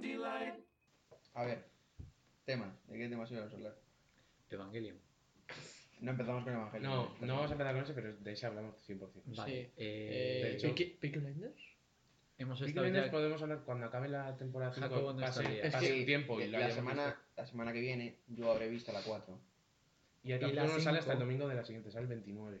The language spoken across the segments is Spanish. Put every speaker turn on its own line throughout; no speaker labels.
delight.
A ver, tema. ¿De qué tema vamos a hablar?
Evangelion.
No empezamos con Evangelio.
No, no vamos a empezar con eso, pero de ese hablamos 100%.
Vale.
Sí.
eh,
de
Eh,
hecho-
Peaky- Peaky Blinders.
hemos
Peaky
estado
Blinders
ya-
podemos hablar cuando acabe la temporada 5.
Jacobo no
pase,
está
pase
Sí,
un tiempo y lo
la
hayamos
semana,
visto.
la semana que viene yo habré visto la 4.
Y el
y la
capítulo no sale hasta el
cinco.
domingo de la siguiente, sale el 29.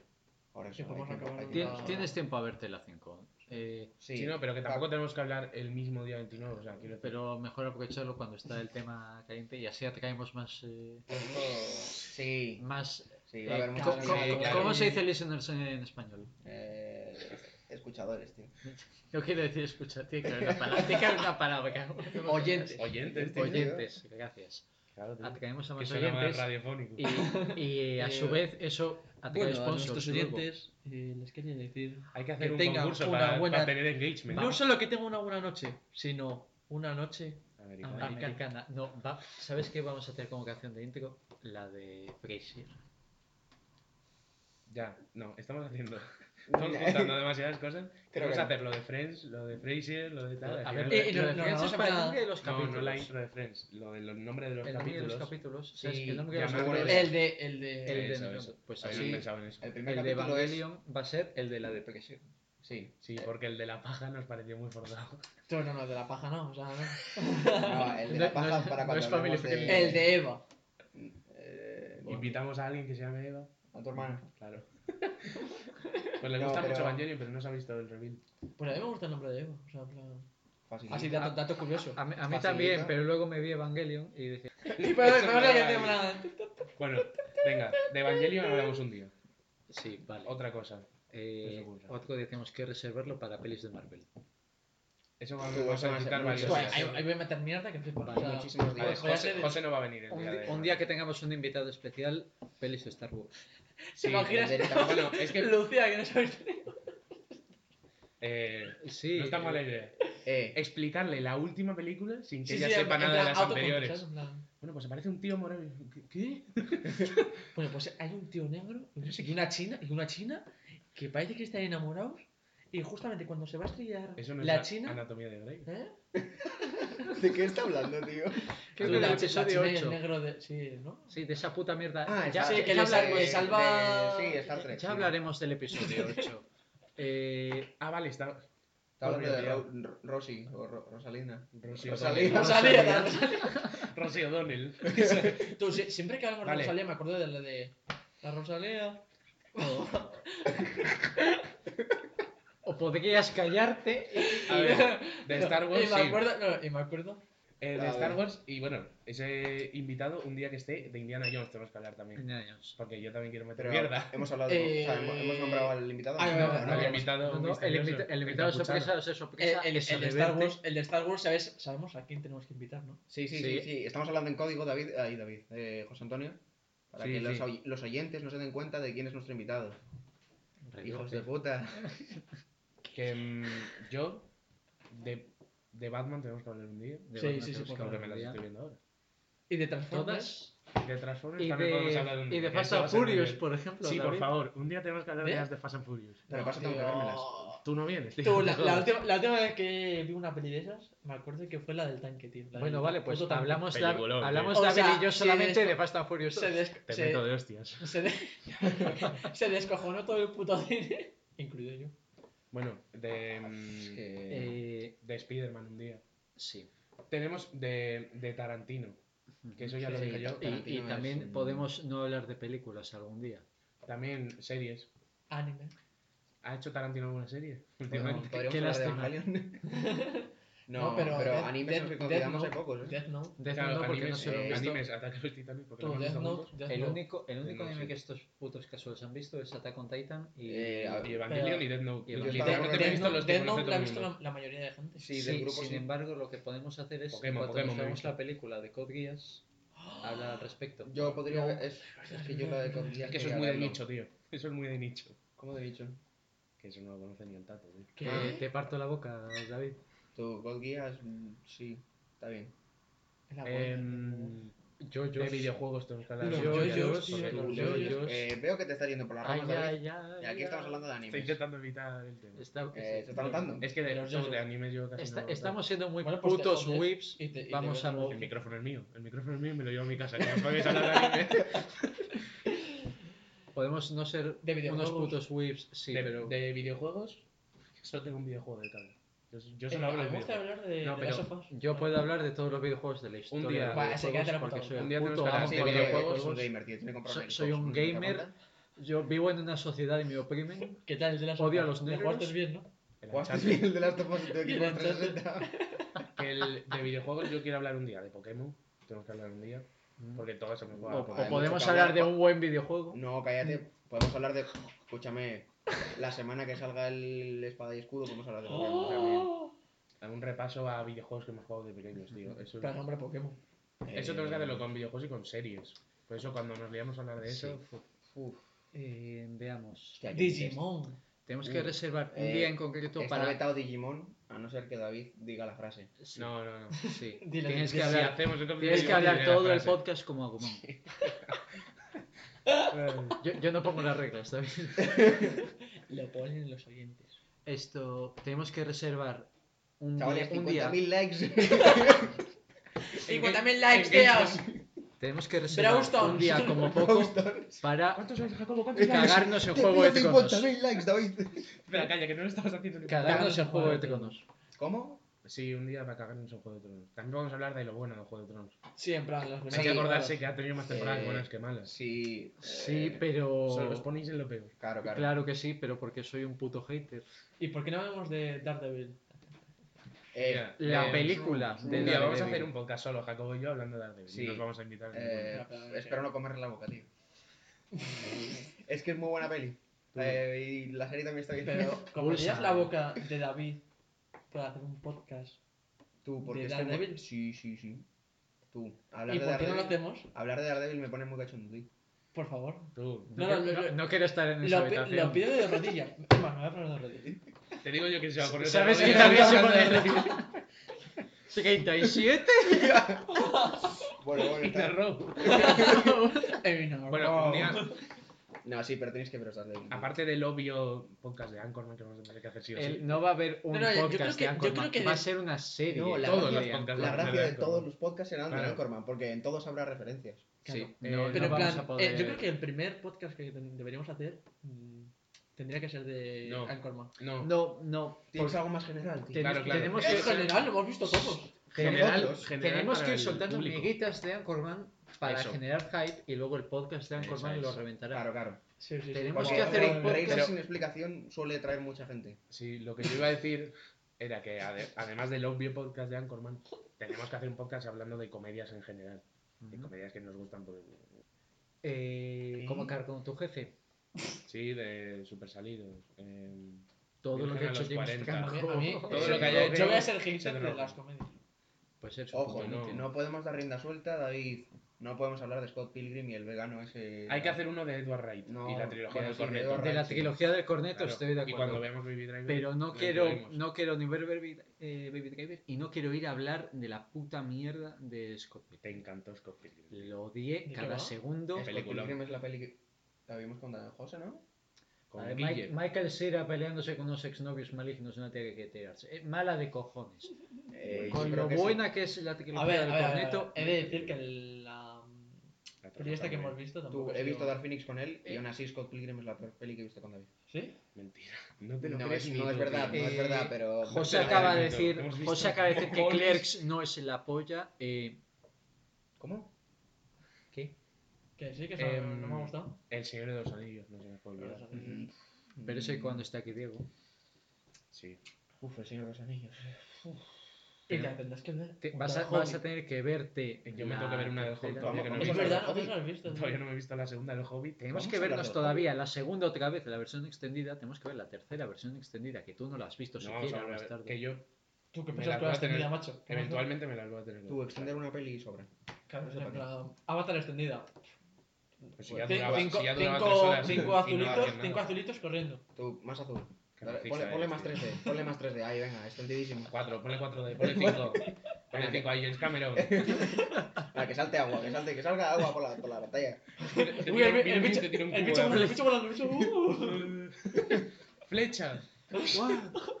Por eso.
Sí, podemos
hay que-
acabar
hay que
Tien-
Ah.
pasar.
Tienes tiempo a verte la 5. Eh,
Sí,
Sí, no, pero que tampoco
va-
tenemos que hablar el mismo día 29. O sea, quiero decir,
pero mejor aprovecharlo cuando está el tema caliente y así atraemos más. eh,
Sí,
más
sí, va a haber
eh,
mucha
co-
muchas-
co-
Sí, claro.
¿Cómo se dice listeners en, en español?
Eh, escuchadores, tío.
Yo quiero decir escucha, tiene que haber una palabra. Tiene que haber una palabra.
Oyentes.
oyentes, tío.
Oyentes, gracias.
Claro, tío.
Atraemos a
Que
más
suena más
oyentes.
radiofónico.
Y, y a su vez eso atrae
Eh, Bueno, a
sponsors.
nuestros
luego.
oyentes eh, les quería decir
Hay que hacer
que
un
tengan
concurso
una
para,
buena-
para tener engagement.
no solo que tenga una buena noche, sino una noche.
Americano.
Americana.
Americana. No, va- ¿Sabes qué vamos a hacer como canción de intro? La de Fraser.
Ya, no, estamos haciendo. Estamos juntando demasiadas cosas. Queremos
que no.
hacer lo de Friends, lo de Frasier, lo de tal.
A
al
ver,
final-
eh,
lo- lo
no,
de
no,
Friends
no,
es para el
para-
nombre de los
no,
capítulos.
no la intro de Friends, lo de los nombres de los
El nombre de
capítulos.
los capítulos. ¿sabes?
Sí,
el nombre de
ya
los
me
capítulos.
acuerdo.
El,
El de. El de.
el de
Eso,
nombre-
eso.
Pues
Habíamos
así.
pensado en eso.
El primer
El de
capítulo es...
Evangelion va a ser el de la depresión.
Sí.
Sí, porque el de la paja nos pareció muy forzado.
No, no, no, de la paja no. O sea, no.
No, el de
No-
la
no
paja
es-
para
no
cuando
es family
hablemos
friendly.
de...
El de Eva.
eh,
Invitamos a alguien que se llame Eva.
A tu hermana.
Claro. Pues le
No,
gusta
pero-
mucho Evangelion, pero no se ha visto el reveal.
Pues a mí me gusta el nombre de Eva. O sea, en plan-
Facilita.
Así, dato, dato curioso.
A mí, a mí
Facilita.
también, pero luego me vi Evangelion y dije,
Y para
Eso
no
no
le
lo
hacemos nada.
Bueno, venga, de Evangelion hablamos un día.
sí, vale.
Otra cosa.
Eh,
eso ocurre.
otro día tenemos que reservarlo para pelis de Marvel.
Eso
Eso va
va-
a
vamos
ser
a necesitar
muy
varios
guay.
Bueno,
días.
ahí, ahí voy a meter mierda que flipa.
Vale,
o sea,
muchísimos días.
Vale,
voy a
José,
ser-
José no va a venir el
Un,
día
di-
de...
un día que tengamos un invitado especial, pelis de Star Wars.
Sí,
¿Se imaginas?
el de-
Bueno, es que...
Lucía, que no sabes.
eh,
Sí,
no está
eh,
mala idea.
Eh,
Explicarle la última película sin que
Sí,
ella
sí,
sepa
en
nada de
plan ah, pues,
las
autocontrol,
anteriores.
¿sabes? En plan,
Bueno, pues aparece un tío moreno. ¿Qué? ¿Qué?
Bueno, pues hay un tío negro, y no sé, qué, y una china, y una china, que parece que están enamorados, y justamente cuando se va a estrellar
Eso no
la
es
china,
anatomía de Grey.
¿eh?
¿De qué está hablando, tío?
Creo que del
chi-
episodio
china y el
8.
negro de, sí, ¿no?
Sí, de esa puta mierda.
Ah,
ya,
sí,
ya
que le
hablar-
salve- salva-
de- Sí, Star Trek.
ya
sí.
hablaremos del episodio 8. Eh,
Ah, vale, está.
Está hablando de
Rosalía.
Ro- Ro- Rosy o Ro- Rosalina.
Rosy
Rosalía.
No
Rosalía.
salía, no salía.
Rosy O'Donnell.
Tú, si- siempre que hablamos
Vale.
de Rosalía me acuerdo de la de la Rosalía.
o podrías callarte.
A ver, de Star Wars.
Y me
sí.
acuerdo, no, y me acuerdo.
Eh,
A
de
ver.
Star Wars, y bueno, ese invitado un día que esté de Indiana Jones, tenemos que hablar también. Porque yo también quiero meter
Pero
mierda.
hemos hablado, de- o sea,
Eh,
hemos, hemos nombrado al invitado.
ah, no, no,
El
no,
invitado.
No, no, el,
misterioso,
invita- el invitado
encapuchado.
sorpresa, o sea,
El,
sorpresa,
eh, el-
que
el
se
de Star
reverte.
Wars, el de Star Wars, ¿sabes? sabemos a quién tenemos que invitar, ¿no?
Sí, sí,
Sí.
sí, sí. Estamos hablando en código, David, ahí David, eh, José Antonio, para
Sí,
que Los,
sí.
oy- los oyentes no se den cuenta de quién es nuestro invitado. Hijos de puta.
Que mm, yo, de, de Batman tenemos que hablar un día.
De
Sí,
Batman,
sí, sí,
tenemos
por
que
Porque
hablar
me
un
las
día.
estoy viendo ahora.
Y de Transformers.
Todas.
De Transformers
Y
también podemos hablar
de,
un día.
y de
que
Fast
eso va
and
a ser muy
Furious,
bien.
por ejemplo.
Sí, por
David.
favor, un día tenemos que hablar de
¿Eh?
las de Fast and Furious.
Pero pasa, tengo que
tío.
vérmelas.
Tú no vienes, tío.
Tú, la, la última, la última vez que vi una peli de esas, me acuerdo que fue la del tanque, tío. La
Bueno,
del
vale, pues
puto tanque.
hablamos, da-
Peliculón, ¿eh? tío.
hablamos
O
David
sea,
y yo
se
solamente
des-
de Fast and Furious.
Se, des-
Te
se-
meto de hostias.
Pues se de- se descojonó todo el puto cine, incluido yo.
Bueno, de,
Ah, Es
mm,
que-
Eh,
de Spider-Man un día.
sí.
Tenemos de, de Tarantino, que eso ya lo
Sí,
dije
sí,
yo.
Y- Y,
Tarantino es
también
un-
podemos no hablar de películas algún día.
También series.
Anime.
¿Ha hecho Tarantino alguna serie?
Bueno,
Últimamente.
podríamos
qué
hablar de
lástima.
Evangelion. No, pero,
Death-
animes
Death-
los que
Death
consideramos hay
Note-
pocos, ¿eh?
Death Note.
Death
Claro,
Note, porque
animes,
no se lo han
eh,
visto.
animes, Ataque a los Titanes, porque
Tú,
no
Death Note.
juntos.
Death
El
Note.
único, el único
No,
anime
sí.
que estos putos casuales han visto es Attack on Titan y
Eh, a ver,
Y Evangelion
Pero-
y Death Note.
y
Evangelion.
Literalmente me he
Death
visto
Note-
los que
Death
conoce
Note
todo
la ha
el
visto
mundo.
la, la mayoría de gente.
Sí,
Sí,
del grupo
sin
sí.
embargo, lo que podemos hacer es
Pokémon,
cuando
Pokémon,
nos veamos
me
la película de Code Geass, habla al respecto.
Yo podría
No.
ver. Es, es que yo la de
Es que eso es muy de nicho, tío. Eso es muy de nicho.
¿Cómo de nicho?
Que eso no lo conoce ni el tato, tío.
¿Qué?
Eh, te parto la boca, David.
Tu God Geass, mm, sí, está bien.
Es la
Em,
Eh,
buena.
Yo, yo.
De videojuegos tenemos que hablar.
Los
yo,
yoyos,
yo,
tío,
yo,
los
yo,
yoyos.
yo.
Eh, veo que te está yendo por las
Ay,
ramas,
ay,
David.
ay,
Y aquí
ay.
estamos hablando de
Estoy
animes.
intentando evitar el tema.
Está-
Eh, ¿Se está notando?
Es que de
Pero
los
yo
shows
soy-
de anime yo casi
está-
no-
estamos siendo muy
Bueno, pues te
putos
jodes.
whips.
Y te- y te
Vamos
ves
a
en
mover.
El micrófono es mío. El micrófono es mío y me lo llevo a mi casa. Que no podéis hablar de anime.
Podemos no ser
De videojuegos.
unos putos whips, sí,
de,
pero.
de videojuegos, solo tengo un videojuego de cabeza. Yo, yo
Eh,
solo hablo
a
de
mí me gusta
videojuegos.
hablar de,
No,
de
pero
las sofás.
Yo puedo hablar de todos los videojuegos de la historia.
día-
de
Va,
los
se queda
videojuegos
la puta
porque soy
boca.
Un
el
día
puto
tenemos
amo
que hablar
Ah, Sí,
de
con
pero
los
eres un
videojuegos.
gamer, tío. Tiene que comprar
So-
un
soy
Xbox,
un
¿no te das
gamer.
cuenta?
Yo vivo en una sociedad y me oprimen.
¿Qué tal el de las
Odio a
sofás?
los
¿Te
negros.
jugaste bien, ¿no?
El
¿Jugaste
Uncharted.
bien el de Last of Us en tu equipo
El Uncharted.
360?
Que el- de videojuegos yo quiero hablar un día. De Pokémon, tenemos que hablar un día.
Mm.
Porque todos hemos
O,
jugado.
o
a
hay
Pokémon.
mucho
podemos
que
hablar
hablar,
de
pa- Mm,
un buen videojuego.
No, cállate. Podemos hablar de. Escúchame. La semana que salga el espada y escudo, podemos hablar de Pokémon también.
¡Oh!
Un repaso a videojuegos que hemos jugado de pequeños, tío. Eso,
Para nombrar Pokémon.
eso
Eh,
tenemos que hacerlo con videojuegos y con series. Por eso cuando nos liamos a hablar de eso.
Sí.
Uf,
Eh, veamos.
hostia, qué
Digimon.
Tenemos que
Mm.
reservar un
Eh,
día
triste.
en concreto
Está
para.
vetado Digimon, a no ser que David diga la frase.
Sí,
No, no, no.
sí.
Dile,
Tienes
dile,
que
Si
hablar,
hacemos otro
tienes que
videojuego,
hablar
diré la
todo el
frase.
podcast como Agumon.
Eh,
Yo, yo no pongo las reglas, David.
Lo ponen los oyentes.
Esto, tenemos que reservar un
Chavales,
día. un día.
50.000 likes.
50.000
en
likes,
qué-
tíos.
Tenemos que reservar
Browstone.
un día como poco para
¿Cuántos likes, Jacobo? ¿Cuántos likes?
cagarnos en
Tengo
Juego de Tronos.
50.000 likes, David.
Espera, calla, que no lo estamos haciendo ni
Cagarnos en Juego de Tronos.
¿Cómo?
Sí, un día va a cagarnos en Juego de Tronos. También vamos a hablar de lo bueno de Juego de Tronos.
Sí, en plan, las
Sí,
Hay que
mejores
acordarse
temporadas.
que ha tenido más temporadas
Eh,
buenas que malas.
Sí.
Sí,
eh,
Solo los
pero.
ponéis en lo peor.
Claro, claro.
Claro que sí, pero porque soy un puto hater.
¿Y por qué no hablamos de Daredevil?
Eh,
Mira,
La
eh,
película
un
Un
de
día vamos a
Daredevil.
hacer un podcast solo, Jacobo y yo, hablando de Daredevil.
Sí.
Y nos vamos a invitar.
eh,
Bueno.
espero no comerle la boca, tío. es que es muy buena peli. Eh, y la serie también está bien.
Pero, como
Bullseye.
leías la boca de David para hacer un podcast,
Tú, porque
¿De
estoy muy-
Daredevil?
Sí, sí, sí. Tú, hablar
¿y
de
por qué no
Daredevil.
lo hacemos?
Hablar de Daredevil me pone muy cachondo. tío.
Por favor.
Tú.
No,
No, no,
quiero-
no,
no- no quiero estar en esa
Lo, pi-
habitación.
lo pido de rodillas. Es más, me voy a poner de rodillas.
Te digo yo que se va a ocurrir.
¿Sabes
otra
qué
cosa.
también se pone? 37
Bueno, bueno, está.
Peter Rowe.
Eh, no,
Bueno, un
no.
día,
No, sí, pero tenéis que veros Daredevil.
aparte del obvio podcast de Anchorman que vamos a tener que hacer sí o sí.
El- no va a haber un
No, no, yo creo
podcast
que-
de
yo creo
Anchorman,
que
va a
de-
ser una serie.
No, la
Todos
gracia-
los podcasts
La
van a tener
gracia de
Anchorman.
todos los podcasts serán de
Claro.
Anchorman, porque en todos habrá referencias.
Sí,
Claro.
no-
Eh,
no
Pero en
vamos
plan,
a poder-
eh, yo creo que el primer podcast que ten- deberíamos hacer mm, tendría que ser de
No.
Anchorman.
No.
No, no.
Tienes algo más general, tío.
Ten-
Claro, claro.
tenemos
En
que,
general, lo hemos visto todos.
general,
Nosotros,
general
tenemos
para
que ir
el
soltando
público.
amiguitas de Anchorman para
Eso.
generar hype y luego el podcast de Anchorman
Eso es.
lo reventará.
Claro, claro.
Sí, sí, sí.
Tenemos
Porque
que hacer un
re-
podcast-
reírse
pero-
sin explicación suele traer mucha gente.
Sí, lo que yo iba a decir era que ade- además del obvio podcast de Anchorman, tenemos que hacer un podcast hablando de comedias en general. De
Ujú.
comedias que nos gustan. Pues,
Eh, ¿Cómo cargar con tu jefe?
sí, de super salidos. Eh,
Todo lo que ha
Virgen a
hecho este
los
James
40.
A mí, a mí-
Todo lo que
yo-
haya
yo voy a
hecho,
ser hater
se
de
droga.
las comedias.
Pues eso.
Ojo,
Pues no.
no. podemos dar rienda suelta, David. No podemos hablar de Scott Pilgrim y el vegano ese.
hay que hacer uno de Edward Wright
No,
y la trilogía
bueno,
del
sí, de Edward
Corneto.
de la
Correcto, sí.
trilogía del corneto
Claro,
estoy de
Y
acuerdo.
cuando veamos Baby Driver.
Pero no
lo
quiero,
incluimos.
no quiero ni ver Baby, eh, Baby Driver y no quiero ir a hablar de la puta mierda de Scott Pilgrim.
Te encantó Scott Pilgrim.
Lo
¿De
odié
qué
cada
va?
segundo.
Scott
Peliculón.
Pilgrim es la peli que. La vimos con José, ¿no?
Con
A ver,
Guille.
Mike- Michael Cera peleándose con unos exnovios malignos no tiene que tirarse. Eh, mala de cojones.
Eh, yo
con
creo
lo
que
buena que es la
A
trilogía
ver,
del
a ver, a ver,
corneto.
he de decir que la
La trama
peli esta este que
también.
hemos visto
sí.
tampoco
Tú,
ha
he
sido-
visto Dark Phoenix con él y
Eh.
aún así Scott Pilgrim es la peor peli que he visto con David.
¿Sí?
Mentira. No te lo
No
crees
es,
ni
no
tú,
es verdad, no
tío.
es
Eh,
verdad, pero. eh,
José
Pero
acaba de
hemos
decir,
visto
José acaba de decir que
cojones.
Clerks no es la polla. eh,
¿Cómo?
¿Qué?
Que sí, que eso no-
Em,
no me ha gustado. Pues
El Señor de los Anillos, no se me puede olvidar.
Mm,
Pero ese
mm,
cuando está aquí Diego.
Sí.
Uf, el Señor de los Anillos.
Y la tendrás que Pues ver.
Te- vas, a,
Otra
vas a
hobby.
tener que verte.
Yo me tengo que ver una de
tercera.
Hulk todavía que no he
Vamos
Es
a ver
visto.
verdad,
la
no te
hobby.
lo has visto.
Todavía no me he visto la segunda del Hobbit.
Tenemos
Vamos
que
a hablar
vernos
de Hulk.
todavía la segunda otra vez, la versión extendida. Tenemos que ver la tercera versión extendida, que tú no la has visto
No vamos a
siquiera
hablar,
más tarde.
que yo
Tú que
Me
pensabas
la
que la
voy a tener
extendida, macho.
eventualmente me las voy a tener. que
Tú,
ver.
extender una peli y sobra.
Claro,
Eso
en
también.
plan, Avatar extendida.
Pues si ya
Cin-
duraba-
cinco,
si ya duraba
cinco-
tres horas,
cinco
y no
azulitos,
hacían
cinco
nada.
azulitos corriendo.
Tú, más azul.
Que
Dale,
me fixa
ponle, ponle
eh,
el
más
estilo.
3D, ponle más 3D. Ahí, venga, extendidísimo.
Cuatro, ponle 4D, ponle 5. ponle 5 a James Cameron.
Para Ah, que salte agua, que salte, que salga agua por la, por la pantalla.
Te
Uy,
tira
el,
un
el
virus y
bicho,
te tira un
el
cubo
bicho
de
volando, el
arroz.
bicho volando, el bicho uh.
Flechas.
¡Guau!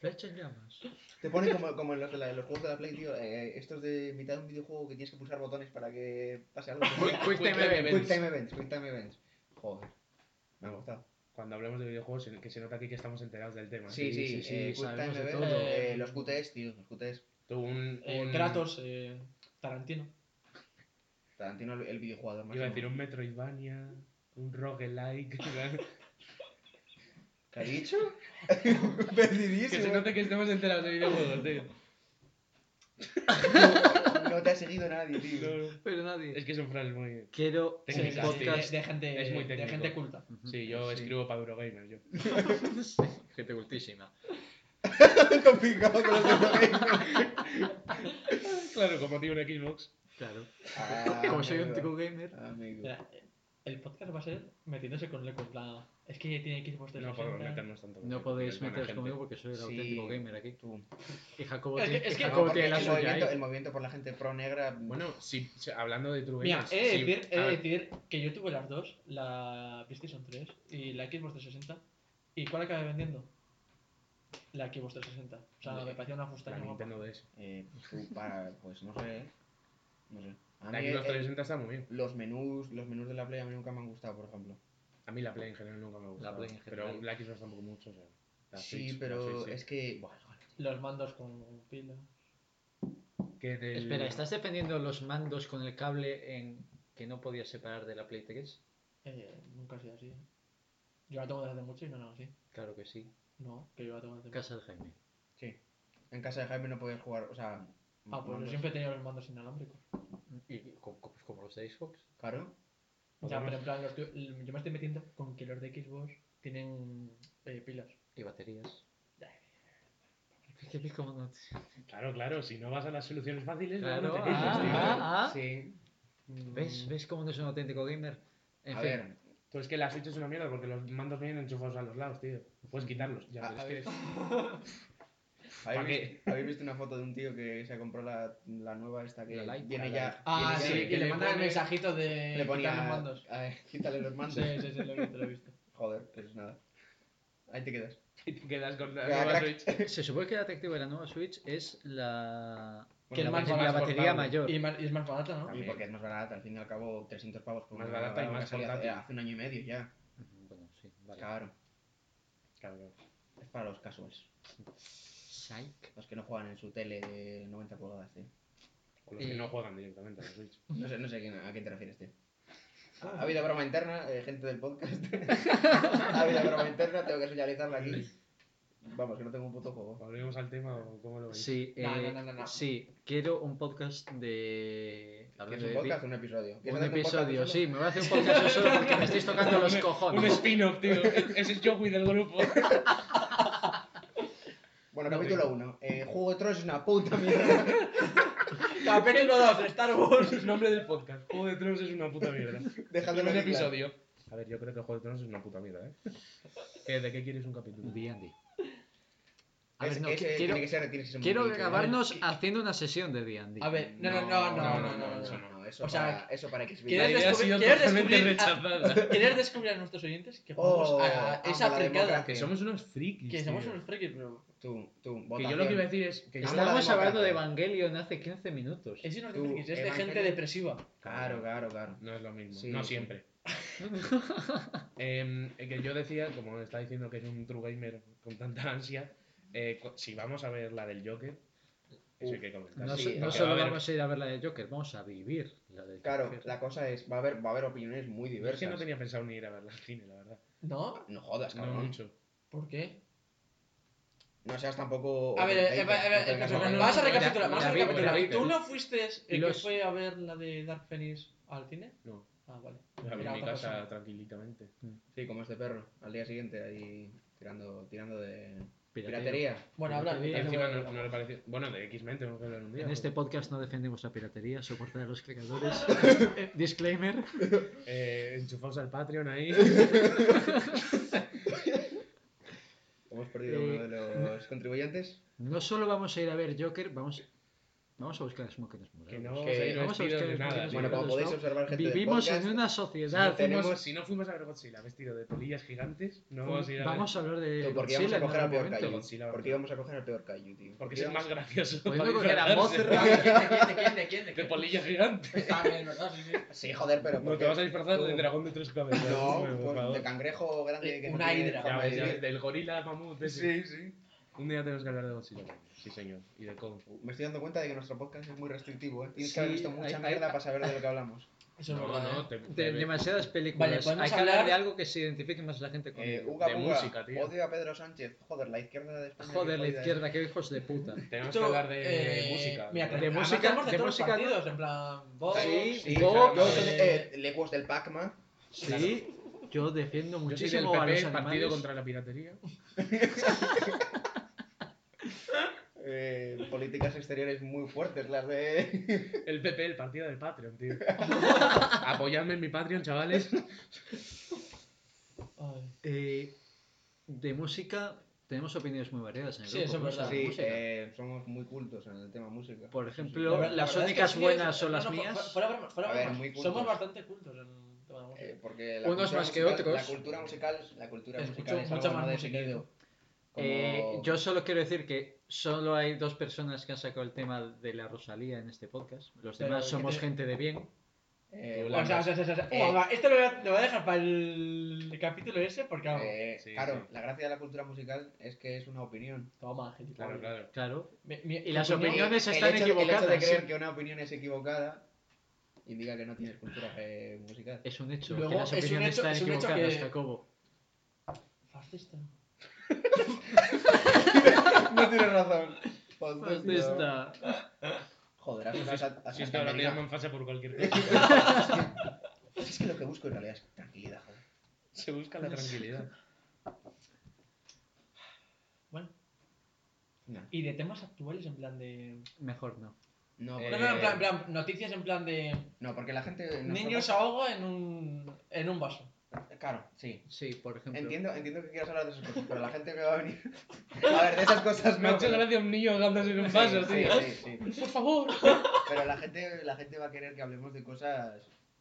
Flechas llamas.
Te pone como, como en los, de la- los juegos de la Play, tío. eh, estos de mitad de un videojuego que tienes que pulsar botones para que pase algo.
Quick- quick time
Quick
Quick
events.
Time Events, Quick Time Events. Joder. Me ha gustado.
Cuando hablemos de videojuegos, se- que se nota aquí que estamos enterados del tema.
Sí, sí,
sí, sí,
eh, Quick
sabemos
Time
de
Events.
todo.
eh, los QTs, tío, los QTs.
Tú, un,
Eh,
un-
Kratos, eh, Tarantino.
Tarantino, el, el videojugador más.
Iba a decir un Metroidvania, un roguelike.
¿Qué ha dicho?
que se
Perdidísimo.
note que estamos enterados de videojuegos, tío.
No, no te ha seguido nadie, tío.
No, no.
Pero nadie.
Es que son frases muy.
Quiero
Sí, sí,
Técnicas,
un
sí, de,
podcast.
de gente,
Es muy
de
técnico.
gente culta.
Ujú.
Sí, yo
Sí.
escribo para Eurogamer. Yo.
Sí, gente cultísima.
Lo picado con los videojuegos.
Claro, como tiene un Xbox.
Claro.
Ah,
Como soy un
amigo.
tico gamer.
Amigo.
Mira, el podcast va a ser metiéndose con Leco en plan. Es que tiene Xbox 360.
No podemos meternos tanto. con
No
él,
podéis
porque es buena
meteros
gente.
conmigo porque soy el
Sí.
auténtico gamer aquí.
Tú.
Y Jacobo
Es que-
tiene,
es
y
que-
Jacobo
Aparte,
tiene la
el,
suya eh?
movimiento, el
ahí.
movimiento por la gente pro negra.
Bueno, si, si- hablando de True
Mira,
Gamers,
eh, he de,
si-
decir, he
a
de
ver,
decir que yo tuve las dos, la PlayStation 3 y la Xbox 360. ¿Y cuál acabé vendiendo? La Xbox 360. O sea,
Hombre,
me parecía una
la
fustaña guapa.
Nintendo DS.
Eh, tú, para, pues no sé. No sé. A
La
mí
Xbox
el-
360 está muy bien.
los menús, los menús de la Play a mí nunca me han gustado, por ejemplo.
A mí la Play en general nunca me gusta.
La Play en
Pero
general.
la Xbox tampoco mucho. O sea, la
sí,
Switch, la
pero
Switch, sí.
es que. buah,
Los mandos con pila.
Que del-
Espera, ¿estás defendiendo los mandos con el cable en que no podías separar de la Play 3?
Eh, nunca ha sido así. eh. Yo la tengo desde hace mucho y no era así.
Claro que sí.
No, que yo la tengo desde hace mucho.
Casa de Jaime.
sí. En casa de Jaime no podías jugar, o sea.
Ah, pues yo
mandos.
siempre he tenido los mandos inalámbricos.
Y co- co- pues como los de Xbox.
Claro.
Ya,
Podemos-
pero en plan, los tu- yo me estoy metiendo con que los de Xbox tienen eh, pilas.
Y baterías. Es que es como no.
Claro, claro, si no vas a las soluciones fáciles,
Claro,
no te
ah,
tío.
ah, ah.
Sí.
Mm.
¿Ves? ¿Ves cómo no es un auténtico gamer? En
a
fin.
ver,
Pues que la Switch es una mierda porque los mandos vienen enchufados a los lados, tío. Puedes quitarlos. Ya,
A-
pero
a
es que ¿Para
¿habéis visto, habéis visto una foto de un tío que se compró la, la nueva esta que
La Lite.
viene
La
ya.
Lite.
Ah,
viene
sí,
ya-
que,
que
le
le
mandan el
pone-
mensajito de
Le ponía.
quitar los mandos.
a ver, quítale los mandos.
Sí, sí, sí, lo he visto, lo he visto.
Joder, pues nada. Ahí te quedas.
Y te quedas con la
Queda
nueva
crack.
Switch.
Se supone que el atractivo de la nueva Switch es la,
Que
la,
es más
batería-
barato,
la batería
portable.
mayor.
Y, más- y es más barata, ¿no?
Y
También.
porque es más barata, al fin y al cabo, 300 pavos. por
Más
una
barata y
barra
más
que salió hace,
portátil.
hace un año y medio ya.
Ujú, Bueno, sí, vale.
Claro.
Cabrón.
Es para los casuals.
Psych.
Los que no juegan en su tele de 90 pulgadas, tío.
O los que
Y-
no juegan directamente a la Switch.
No sé, no sé a quién- a quién te refieres, tío. Ha habido broma interna, eh, gente del podcast. ha habido broma interna, tengo que señalizarla aquí. Vamos, que no tengo un puto juego.
¿Volvemos al tema o cómo lo veis?
Sí,
No,
eh,
no, no, no, no.
sí, quiero un podcast de.
¿Que ¿Es
hablando
un
de
podcast o
ti.
un episodio? ¿Quieres
Un
hacerte podcast
episodio,
tú
sí,
solo?
me voy a hacer un podcast yo solo porque me estáis tocando los
Un
cojones.
spin-off, tío. Es el Joey del grupo.
Bueno,
No,
capítulo
venga.
1. Eh, Juego de Tronos es una puta mierda.
Capítulo 2, Star Wars.
El nombre del podcast. Juego de Tronos es una puta mierda.
Dejadlo
Primer
en episodio.
episodio. A ver, yo creo que Juego de Tronos es una puta mierda, ¿eh? Eh, ¿De qué quieres un capítulo?
D&D. A
Es,
ver, no,
es- eh,
quiero,
tiene que ser, tiene que ser un
quiero
momento, ¿eh?
grabarnos
que-
haciendo una sesión de D&D.
A ver, no, no, no, no, no, no.
eso
no,
no, eso
O sea,
para, eso para que se
La
¿Quieres
idea ha
descubrir-
sido
quieres
totalmente
descubrir a-
rechazada.
¿Quieres descubrir a nuestros oyentes que jugamos
Oh,
a, a esa
amo la
fricada?
democracia.
Que somos unos frikis.
Que somos
tío.
unos frikis, pero...
Tú, tú,
Que
votación.
yo lo que iba a decir es que yo
Está-
Estábamos
democracia.
hablando de Evangelion hace 15 minutos.
Ese no es
Tú,
de frikis, es de
Evangelio.
gente depresiva.
Claro, claro, claro.
No es lo mismo,
Sí,
no
sí.
siempre. Em, que yo decía, como está diciendo que es un true gamer con tanta ansia, eh, cu- si vamos a ver la del Joker, eso hay que comentar.
No,
Sí,
so-
porque
no
va a
solo
haber-
vamos a ir a ver la de Joker, vamos a vivir la de
Claro,
Joker.
la cosa es, va a haber, va a haber opiniones muy
Yo es
diversas.
que no tenía pensado ni ir a verla al cine, la verdad.
¿No?
No
Pues
jodas,
No
cabrón.
mucho.
¿Por qué?
No seas tampoco...
A ver, eh,
overthinker,
eh, a ver,
no tengas
eh,
overthinker.
vamos
Oh, no,
a
no,
recapitular,
no,
vamos a
la vi,
recapitular.
la vi,
¿Tú
pero-
no fuiste el que
Los-
fue a ver la de Dark Phoenix al cine?
No,
Ah, vale.
la vi
Era
en mi
otra
casa
persona.
tranquilitamente.
Sí, como este perro, al día siguiente ahí tirando, tirando de
Piratería.
piratería.
Bueno,
Yo
habla.
te vi-
de-
Encima no, no le pareció. Bueno, de X-Men tenemos que hablar un día.
En este
porque-
podcast no defendemos la piratería, soporta a los creadores. Eh, Disclaimer.
Eh, enchufaos al Patreon ahí.
Somos perdido
Eh,
uno de los contribuyentes.
No solo vamos a ir a ver Joker, vamos, vamos a buscar smockers morados.
Que no
Que
vamos a ir
vamos a
vestidos de
buscar
nada.
los
tío.
Bueno, como
¿no?
podéis observar, gente del
Vivimos
podcast,
en una
Si
sociedad.
no, tenemos-
fuimos-
si no fuimos a ver Godzilla vestido de polillas gigantes, no
fuimos-
vamos a ir a ver-
Pues vamos a hablar de
tío, porque íbamos
Godzilla
a
en
coger al
algún
peor
momento.
Kaiju.
Godzilla,
Porque
¿verdad?
íbamos a coger al peor Kaiju, tío.
Porque es el más gracioso.
Podemos
para
coger a
disfrazarse.
Mothra.
De polillas gigantes.
Está bien, ¿verdad? Sí, sí.
Sí, joder, pero.
No,
¿por
te
qué?
vas a disfrazar de
Tú-
dragón de tres cabezas.
No,
Hombre, por
pues,
favor.
de cangrejo grande que no
Una
tiene
hidra.
Ya
forma de
ves, ya ves,
vivir.
del gorila mamut. ese.
Sí, sí.
Un día tenemos que hablar de Godzilla. Sí, señor. Y de Kong.
Me estoy dando cuenta de que nuestro podcast es muy restrictivo, ¿eh? Tienes
Sí,
que haber visto
hay-
mucha
hay-
mierda para saber de lo que hablamos.
Eso es
No,
verdad.
no,
¿eh?
te-
De
te-
demasiadas películas.
podemos
Hay que hablar
hablar-
de algo que se identifique más la gente con.
Eh,
ello.
Uga
de
Buga,
música, tío.
odio a Pedro Sánchez. Joder, la izquierda de España. qué
Joder, la
jodida ¿eh? es.
izquierda, qué hijos de puta.
Tenemos que
Esto,
hablar de
eh,
música.
Mira,
¿no?
de
música-
música, tenemos de,
de
todos los
música-
partidos, en plan. Vox,
Sí,
Sí,
Vox,
claro, yo,
eh,
eh, Leguos del Pac-Man.
Sí, yo defiendo
Yo soy del
muchísimo a
PP,
los
partido
animales.
contra la piratería.
Eh, políticas exteriores muy fuertes, las de.
El PP, el partido del Patreon, tío. Apoyadme en mi Patreon, chavales.
ay.
Eh, de música tenemos opiniones muy variadas en el
Sí,
grupo,
eso es
¿no?
verdad.
Sobre la
Sí,
música.
eh, somos muy cultos en el tema música.
Por
La
ejemplo,
verdad- la
las
verdad es que
únicas
sí,
buenas
es-
son
no,
las
no,
mías.
fu- Fuera, bromas, fuera
A ver,
bromas.
muy cultos.
Somos bastante cultos en el tema de la música.
Eh, porque la
Unos
cultura
más que
musical-
otros.
La cultura musical, la cultura
Escucho
musical es
mucha
algo
más
no
música.
definido. Como-
Eh, yo solo quiero decir que solo hay dos personas que han sacado el tema de la Rosalía en este podcast. Los
Pero
demás
que
somos
te-
gente de bien.
Eh,
O
O sea, o sea, o sea, o sea, uah, va, esto lo voy, a, lo voy a dejar para el capítulo ese porque vamos.
eh,
Sí,
claro,
sí.
la gracia de la cultura musical es que es una opinión.
Toma, gente.
Claro, claro.
Claro.
Mi- mi-
Y las
mi opinión-
opiniones-
El
están
hecho de-
equivocadas,
El hecho de creer
sí.
que una opinión es equivocada indica que no tienes cultura eh, musical.
Es un hecho.
Luego,
que las
es un
opiniones
hecho-
están
es un hecho
equivocadas,
que-
Jacobo.
Fascista.
no tienes razón.
Pues
Joder,
¿Dónde Pues está?
Joder, has
Si,
sacado- has
si es que
sacado
ahora te
América.
llaman fase por cualquier cosa.
Es que lo que busco en realidad es tranquilidad, joder.
Se busca la tranquilidad.
Bueno,
Eh,
No,
y de temas actuales en plan de.
Mejor no.
no,
Eh,
No, no, en plan, en plan, noticias en plan de.
no, porque la gente... en nuestro
Niño se ahoga en un, en un vaso.
podcast- Claro, sí.
Sí, por ejemplo.
Entiendo, entiendo que quieras hablar de esas cosas, pero la gente que va a venir... A ver, de esas cosas
Me ha
no.
hecho
pero-
gracia un niño ahogándose en un vaso,
sí,
tío.
sí, sí.
Por favor.
Pero la gente, la gente va a querer que hablemos de cosas...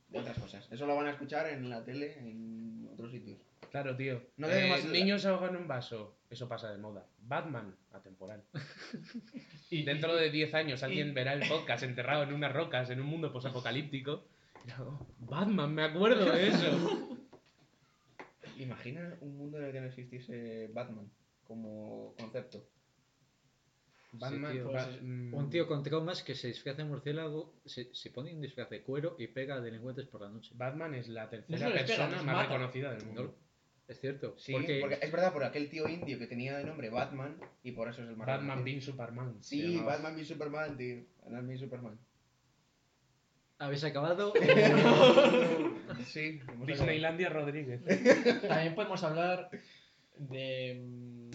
De otras cosas. Eso lo van a escuchar en la tele, en otros sitios.
Claro, tío. Eh,
No debemos dudar.
niños se ahogan en un vaso. Eso pasa de moda. Batman, atemporal.
Y,
Dentro de 10 años
y-
alguien verá el podcast enterrado en unas rocas, en un mundo posapocalíptico. y dirá, "Oh, Batman, me acuerdo de eso.
Imagina un mundo en el que no existiese Batman como concepto.
Batman,
tío.
pues,
Pues,
mm,
Un tío con traumas que se disfraza de murciélago, se, se pone un disfraz de cuero y pega a delincuentes por la noche.
Batman es la tercera
les pega,
persona
les
más
mata.
reconocida del mundo.
Es cierto.
Sí,
porque,
porque... es verdad, por aquel tío indio que tenía de nombre Batman y por eso es el más
Batman
reconocido.
bin Superman. se
Sí,
llamaba.
Batman v Superman, tío. Batman v Superman.
habéis acabado.
Sí, hemos acabado.
Disneylandia Pues Rodríguez.
También podemos hablar de. mm,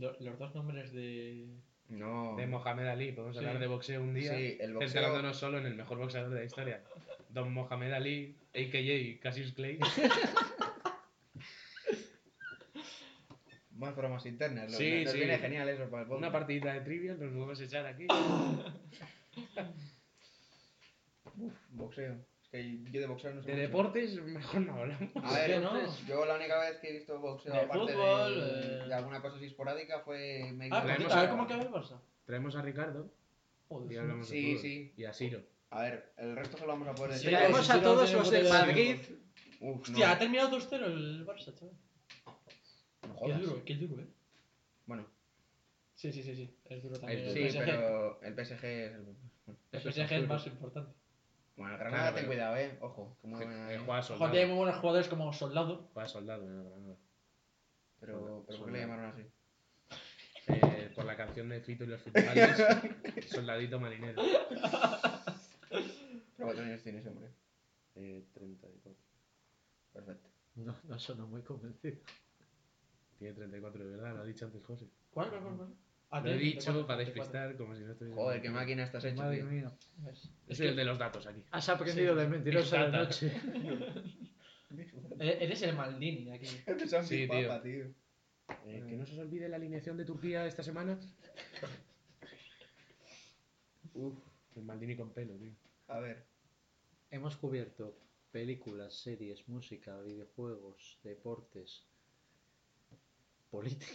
lo- los dos nombres de.
No.
De Mohamed Ali. Podemos
Sí.
hablar de boxeo un día.
Sí, el boxeo.
Centrándonos solo en el mejor boxeador de la historia. Don Mohamed Ali, a.k.a. Cassius Clay.
Más bromas internas. lo-
Sí,
nos
sí.
viene genial eso para el podcast.
Una partidita de trivia nos podemos echar aquí.
Boxeo. Es que yo de boxeo no sé.
De
mucho.
deportes, mejor no hablamos.
A ver, pues,
Yo no.
yo la única vez que he visto boxeo,
De
aparte
fútbol,
de,
eh.
de alguna cosa así esporádica, fue. me-
Traemos
Ah, por cierto,
a-
a ver cómo queda el Barça.
Traemos a Ricardo y
Joder.
hablamos de
Sí,
fútbol.
sí.
Y a Ciro.
A ver, el resto solo vamos a poder
Sí,
decir.
Traemos
si
a
no
todos
tenemos
los de
idea de
Madrid.
Uf,
Hostia,
no.
ha terminado 2-0 el Barça, chaval.
No
Qué
jodas.
duro, qué duro, eh.
Bueno,
Sí, sí, sí, sí. Es duro
El-
también.
sí,
El PSG,
pero el PSG es el...
el
eso es
PSG es
absurdo.
más importante.
Bueno, el Granada
Claro,
ten
pero-
cuidado, eh. Ojo, que muy buena-
Eh, Juega
Ojo, aquí hay muy
soldado.
buenos jugadores como Soldado.
Juega soldado en el Granada.
Pero, pero ¿por qué
Soldado.
le llamaron así?
Eh, por la canción de Fito y los Fitipaldis, Soldadito Marinero.
Pero cuántos años tiene ese hombre.
Eh, 34.
Perfecto.
No, no sonó muy convencido.
Tiene 34, de verdad, lo ha dicho antes José.
¿Cuál, cuál, cuál? cuál? Ah,
Lo he
tiene
dicho
34,
para
34.
despistar, como si no estuviese.
Joder, qué máquina estás hecho,
Madre
tío.
mía.
¿Ves?
Yo soy el de los datos aquí.
Has aprendido
Sí,
del mentiroso de la
exacta.
noche.
E- Eres el Maldini de aquí.
Eres un
Sí,
Big Papa, tío.
Eh, que no se os olvide la alineación de Turquía esta semana. Uf, el Maldini con pelo, tío.
A ver.
Hemos cubierto películas, series, música, videojuegos, deportes, política.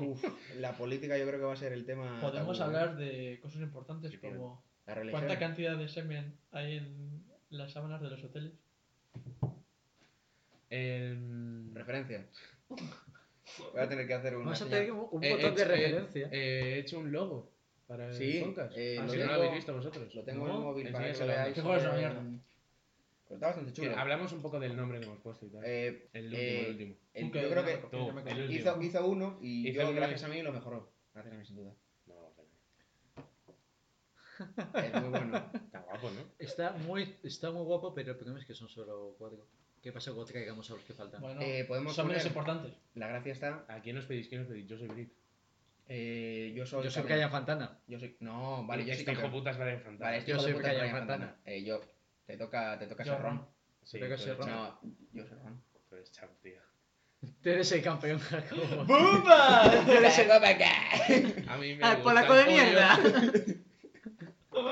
Uf, la política yo creo que va a ser el tema.
Podemos
tabú, ¿eh?
hablar de cosas importantes
Sí, tío.
como
La religión.
cuánta cantidad de semen hay en las sábanas de los hoteles.
Em,
Referencia. Voy a tener que hacer una.
Vamos a
señal.
tener un, un
eh,
botón
he
de
hecho- eh,
referencia.
eh, he hecho un logo para el
Sí,
podcast.
eh,
Ah,
lo
si no lo
tengo-
habéis visto vosotros.
Lo tengo en
¿No?
el móvil para que lo
Enséñaselo.
veáis.
Qué juegos de
Eh,
mierda.
Pero está bastante chulo.
Sí, hablamos un poco del nombre que hemos puesto y tal.
Eh,
el último,
eh,
el último.
el- yo
Nunca
creo
he ido a
que
una copa,
No,
nunca he
el
ido.
último.
hizo, hizo uno y
Hizo
yo,
uno
gracias
y-
a mí, lo mejoró. Gracias a mí, sin duda.
No, pero-
Es muy bueno.
Está guapo, ¿no?
Está, muy, está muy guapo, pero el problema es que son solo cuatro. ¿Qué pasa cuando traigamos a los que faltan?
Bueno,
Eh, podemos
son menos
poner-
importantes.
La gracia está.
¿A quién os pedís? ¿Quién os pedís? Yo soy Brit.
eh, yo soy.
Yo soy
campeón.
Calla Fantana.
Yo soy. No, vale, yo soy.
este hijo
campeón.
puta es Brian Fantana.
Vale, este
Yo
hijo de
soy
puta es
Brian
Brian
Fantana.
Fantana. Eh, yo. Te toca, te toca
Yo,
ser Ron.
Ron.
Sí,
Venga,
tú
soy
eres
Ron.
champ,
No, yo soy Ron.
tú eres champ, tío.
Tú eres el campeón, Jacobo.
¡Bumba!
Ah,
A mí me
¡Al
gusta
polaco
el
de
pollo.
mierda!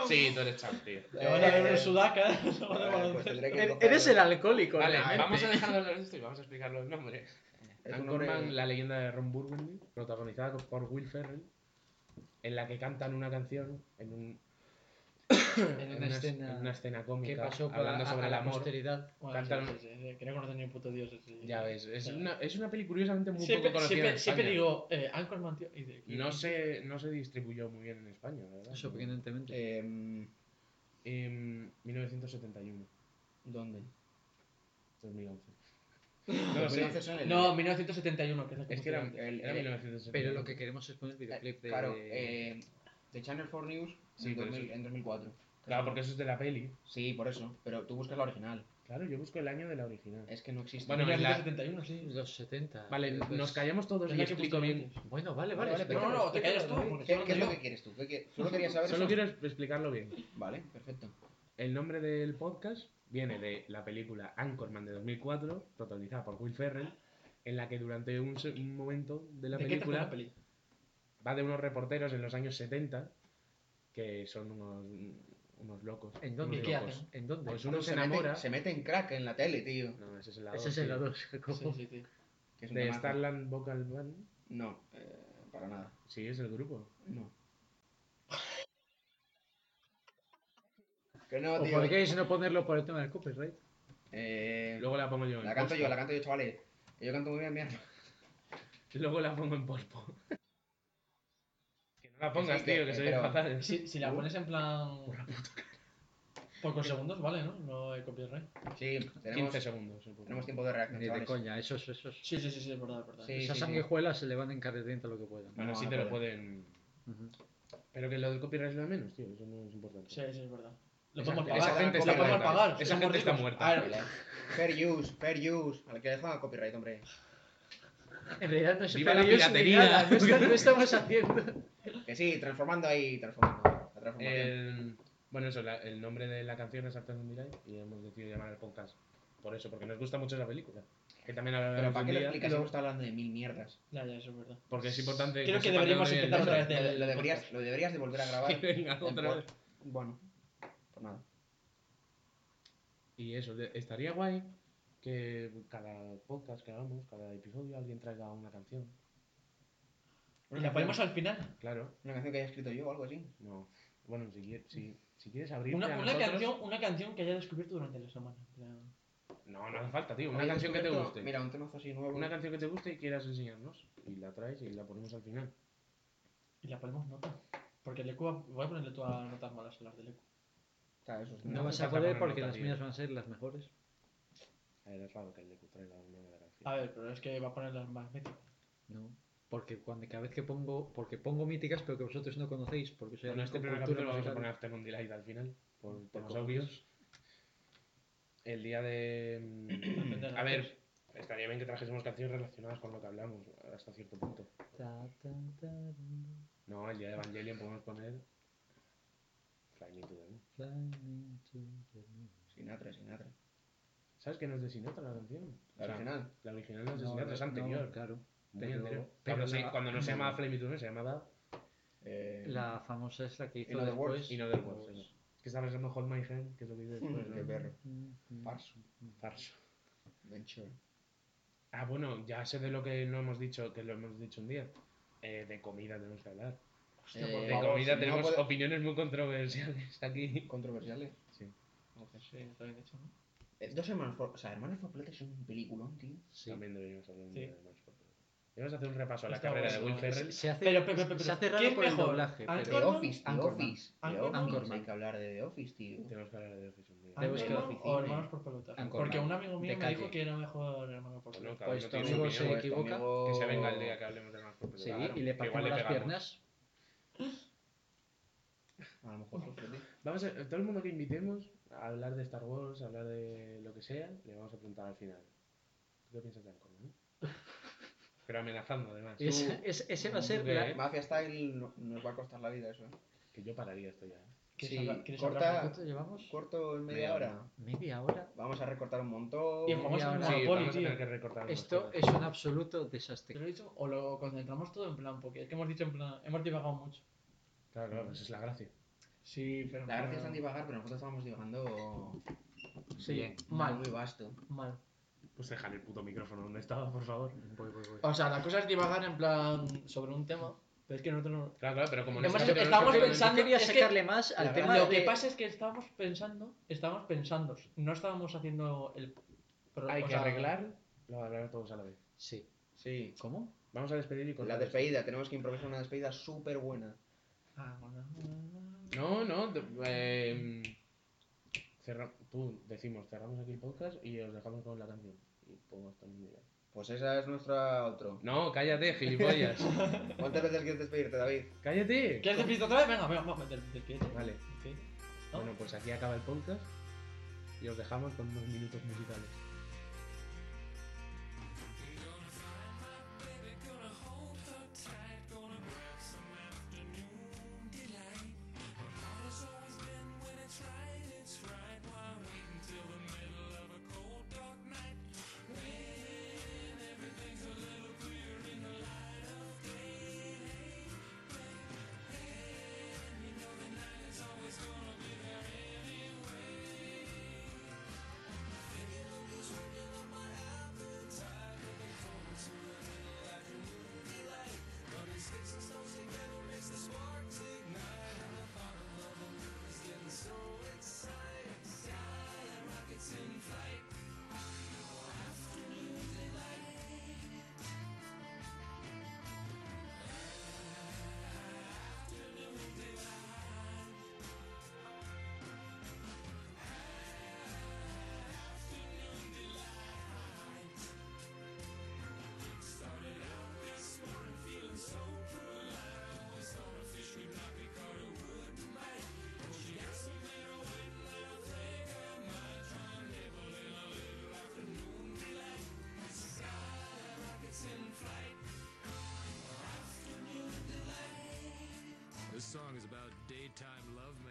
Sí, tú eres champ, tío.
Le van a ver
eh,
el sudaca. se van
Vale, pues
a baloncear.
tendré que
E-
coger-
Eres el alcohólico.
Vale,
realmente.
vamos a dejar de hablar de esto y vamos a explicar los nombres.
Es un hombre-
Anchorman, la leyenda de Ron Burgundy, protagonizada por Will Ferrell, en la que cantan una canción en, un-
En una
en
escena.
una escena cómica
¿Qué pasó para
hablando sobre
a
el
la
amor.
posteridad?
Bueno,
Cantan-
sí, sí, sí, sí, que no conocen ni un puto dios. sí.
Ya ves, es
Claro.
una, es una peli curiosamente muy
Siempre,
poco conocida.
siempre-
en
siempre
España.
digo, eh, Anchorman, tío. y de- y-
No se, no se distribuyó muy bien en España, la verdad.
Sorprendentemente.
Em,
Em, 1971,
¿Dónde?
2011. No lo sé.
2011 son el-
No, 1971, que es la que
Es que era,
pusieron.
El-
era
el-
1971.
Pero lo que queremos es poner el
Eh,
videoclip de.
Claro, eh, de Channel 4 News
Sí,
en,
por
2000
eso.
en 2004.
Claro, porque eso es de la peli.
Sí, por eso. Pero tú buscas la original.
Claro, yo busco el año de la original.
Es que no existe.
eh, Bueno, en la-
1971, sí.
Los 70.
Vale,
pues-
nos callamos todos
Es
y
la que
explico
pusieron
bien.
antes.
Bueno, vale,
Vale, vale,
vale. explícalo,
No, no, te callas tú,
explícalo,
porque
¿Qué,
estoy
qué es
hablando
lo
yo.
que quieres tú? ¿Qué, qué- Solo quería saber
Solo
eso.
quiero explicarlo bien.
Vale, perfecto.
El nombre del podcast viene de la película Anchorman de 2004, protagonizada por Will Ferrell, en la que durante un, se- un momento de la
¿De qué trata
película
la peli?
va de unos reporteros en los años 70 que son unos, unos locos.
¿En dónde?
unos
¿Qué
locos.
hacen?
¿En dónde?
Pues uno
se,
se enamora.
Mete, se mete en crack en la tele, tío.
No, ese es el
Ese es el
lado,
2, Jacobo.
Sí, sí, sí.
Que es un
De
temazo.
Starland Vocal Band.
No, eh, para nada.
Sí, es el grupo.
No. que no,
¿O
tío.
por qué si no ponerlo por el tema del copyright?
Eh,
Luego la pongo yo en
la canto
pospo.
yo, la canto yo, chavales. Que yo canto muy bien, mierda.
Luego la pongo en pospo. que no la pongas,
Sí, que-
tío, que
que-
soy
pero-
fatal.
Si, si la pones en plan. Pocos segundos, vale, ¿no? No hay copyright.
Sí,
15
tenemos,
segundos. supongo.
tenemos tiempo de reacción,
Ni de
chavales.
coña, esos, esos.
Sí, sí, sí, sí, es verdad, es verdad.
Sí,
Esas
sí, sí.
sanguijuelas se le van encarretando lo que puedan.
Bueno,
No,
sí
no
te lo pueden...
Ujú.
Pero que lo del copyright es lo de menos, tío. Eso no es importante.
Sí, sí, es verdad. Lo
Esa-
podemos
esa
pagar.
gente
lo
está
podemos
muerta.
pagar.
Esa
somos
gente está
ricos. Ah,
muerta.
A ver,
eh.
Fair use, fair use. Al que le juega copyright, hombre.
En realidad no es
Viva la
pero yo soy
piratería.
nada, No, está- no estamos haciendo.
Que sí, transformando ahí, transformando. La transformación.
El- Bueno, eso, la- el nombre de la canción es Afternoon Delight y hemos decidido llamar al podcast por eso, porque nos gusta mucho esa película. Que también
Pero
hablaremos
¿para
un
qué lo
día,
explicas? Hemos estado hablando de mil mierdas.
Ya, ya, eso es verdad.
porque es importante...
Creo que
sepan de
deberíamos
dónde viene
empezar otra
el
vez.
nombre.
del-
Lo, lo
del
deberías,
podcast.
lo deberías de volver a grabar.
Venga, otra vez.
Bueno, pues nada.
Y eso, de- estaría guay que cada podcast que hagamos, cada episodio, alguien traiga una canción.
Y la ponemos al final.
Claro,
Una canción que haya escrito yo o algo así.
no. Bueno, si, quie- si, si quieres abrirte
Una,
a
una
nosotros-
canción, una canción que haya descubierto durante la semana. en plan,
No, no hace falta, tío. Una
Oye,
canción que te
descubierto-
guste.
Mira, un temazo así nuevo.
Una canción que te guste y quieras enseñarnos. Y la traes y la ponemos al final.
Y la ponemos nota. Porque el EQ va- voy a ponerle tú a notas malas a las del EQ.
Claro, eso es
No
No,
vas
falta
a poder
poner
porque
nota,
las
tío.
mías van a ser las mejores.
A ver, es raro que el Lecu traiga una de la canción.
A ver, pero es que va a poner las más míticas.
No. Porque cuando cada vez que pongo, porque pongo míticas, pero que vosotros no conocéis, porque soy
Bueno, este
con
primer
cultura pues
capítulo vamos a
musical.
poner Afternoon Delight al final, por temas
cojones.
obvios. El día de... mm, A ver, estaría bien que trajésemos canciones relacionadas con lo que hablamos, hasta cierto punto.
Ta, ta, ta,
No, el día de Evangelion podemos poner... Fly Me to the Moon.
fly me to the moon.
Sinatra, Sinatra.
¿Sabes que no es de Sinatra la canción? O
La
sea,
original.
La original no es de
No,
Sinatra, es
no,
anterior.
claro.
Tenía
Pero-
anterior.
pero
Cuando, se,
la-
cuando no se llamaba Flame Tuner, se llamaba
Eh,
La famosa es la que hizo
Another World,
después.
Another World. sí. Que estaba pensando Hold My Hand, que pues, es lo que hice después.
Qué
¿no?
pues, perro.
Farso. Farso.
Venture.
Ah, bueno, ya sé de lo que no hemos dicho, que lo hemos dicho un día. Eh, de comida tenemos que hablar.
Hostia,
Eh,
por
De
vamos,
favor.
comida
si no
tenemos
puede-
opiniones muy controversiales aquí.
Controversiales.
Sí.
Ojo, sí, está bien hecho, ¿no?
Eh, dos hermanos. Fo- O sea, hermanos Fopletes es un peliculón, tío.
Sí.
También deberíamos hablar
Sí.
de Max Porter. Debemos hacer un repaso a la
Está
carrera de
bueno,
Will Ferrell.
Se, Pues se hace,
Pero, pero, pero,
se
pero,
hace raro
¿quién
por el
mejor?
doblaje.
¿Antonio?
The
pero-
Office, The
Anchorman.
Office. The
Anchorman.
Office.
Anchorman.
Hay que hablar de The Office, tío.
Tenemos que hablar de Office un día.
Ah, Tenemos que
¿Anchorman
la oficina
o
y-
hermanos por pelotas.
Anchorman,
Porque un amigo mío
de
me dijo
calle.
que era mejor hermano por
Bueno,
pelotas.
cada
Pues
uno
tu
tiene su
amigo
opinión,
se
pues,
tu
equivoca.
amigo-
Que se venga el día que hablemos de Max Porter.
Sí,
Claro,
y le
que igual
partimos las
pegamos.
piernas.
A lo mejor Foflete.
Vamos a, todo el mundo que invitemos a hablar de Star Wars, a hablar de lo que sea, le vamos a preguntar al final. ¿Tú qué piensas de Anchorman? Pero amenazando, además.
Es- es- ese va a ser
Ve,
la-
¿eh?
Mafia Style no- nos va a costar la vida eso. ¿eh?
Que yo pararía esto ya. ¿eh?
¿Quieres
Sí,
hablar- quieres
corta-
hablar?
¿Cuánto llevamos?
Corto en media
Media
hora.
¿Media hora?
Vamos a recortar un montón.
Y jugamos
ahora-
al
Sí,
Monopoly,
vamos a
tío.
tener que recortar.
Esto
unas
es
cosas.
un absoluto
¿Te lo
desastre.
he dicho? ¿O lo concentramos todo en plan? Porque es que hemos dicho en plan... Hemos divagado mucho.
Claro, claro, pues es la gracia.
Sí, pero...
La gracia es
no-
andivagar, pero nosotros estábamos divagando
Sí,
Mal,
muy vasto.
mal.
Pues dejar el puto micrófono donde estaba, por favor.
voy, voy, voy.
O sea, la cosa es divagar en plan sobre un tema, pero es que nosotros no...
Claro, claro, pero como no
Hemos-
está- pero no
estamos
está-
pensando-
Yo quería
es que-
sacarle más al
la
tema
Lo
de-
que pasa es que estábamos pensando, estábamos pensando, no estábamos haciendo el... pro-
Hay
o
que
sea,
arreglar, lo vamos a hablar todos a la vez.
Sí.
Sí.
¿Cómo?
Vamos a despedir y
La
cortar esto.
despedida, tenemos que improvisar una despedida súper buena.
Ah, bueno,
No, no. de- em, cerra- Tú, decimos, cerramos aquí el podcast y os dejamos con la canción. Y pongo esto en un día.
Pues esa es nuestra otro.
No, cállate, gilipollas.
¿Cuántas veces quieres despedirte, David?
cállate.
¿Quieres despedida otra vez? Venga, venga, vamos, del, del pie.
Vale.
Sí. ¿No?
Bueno, pues aquí acaba el podcast y os dejamos con unos minutos musicales.
This song is about daytime lovemaking.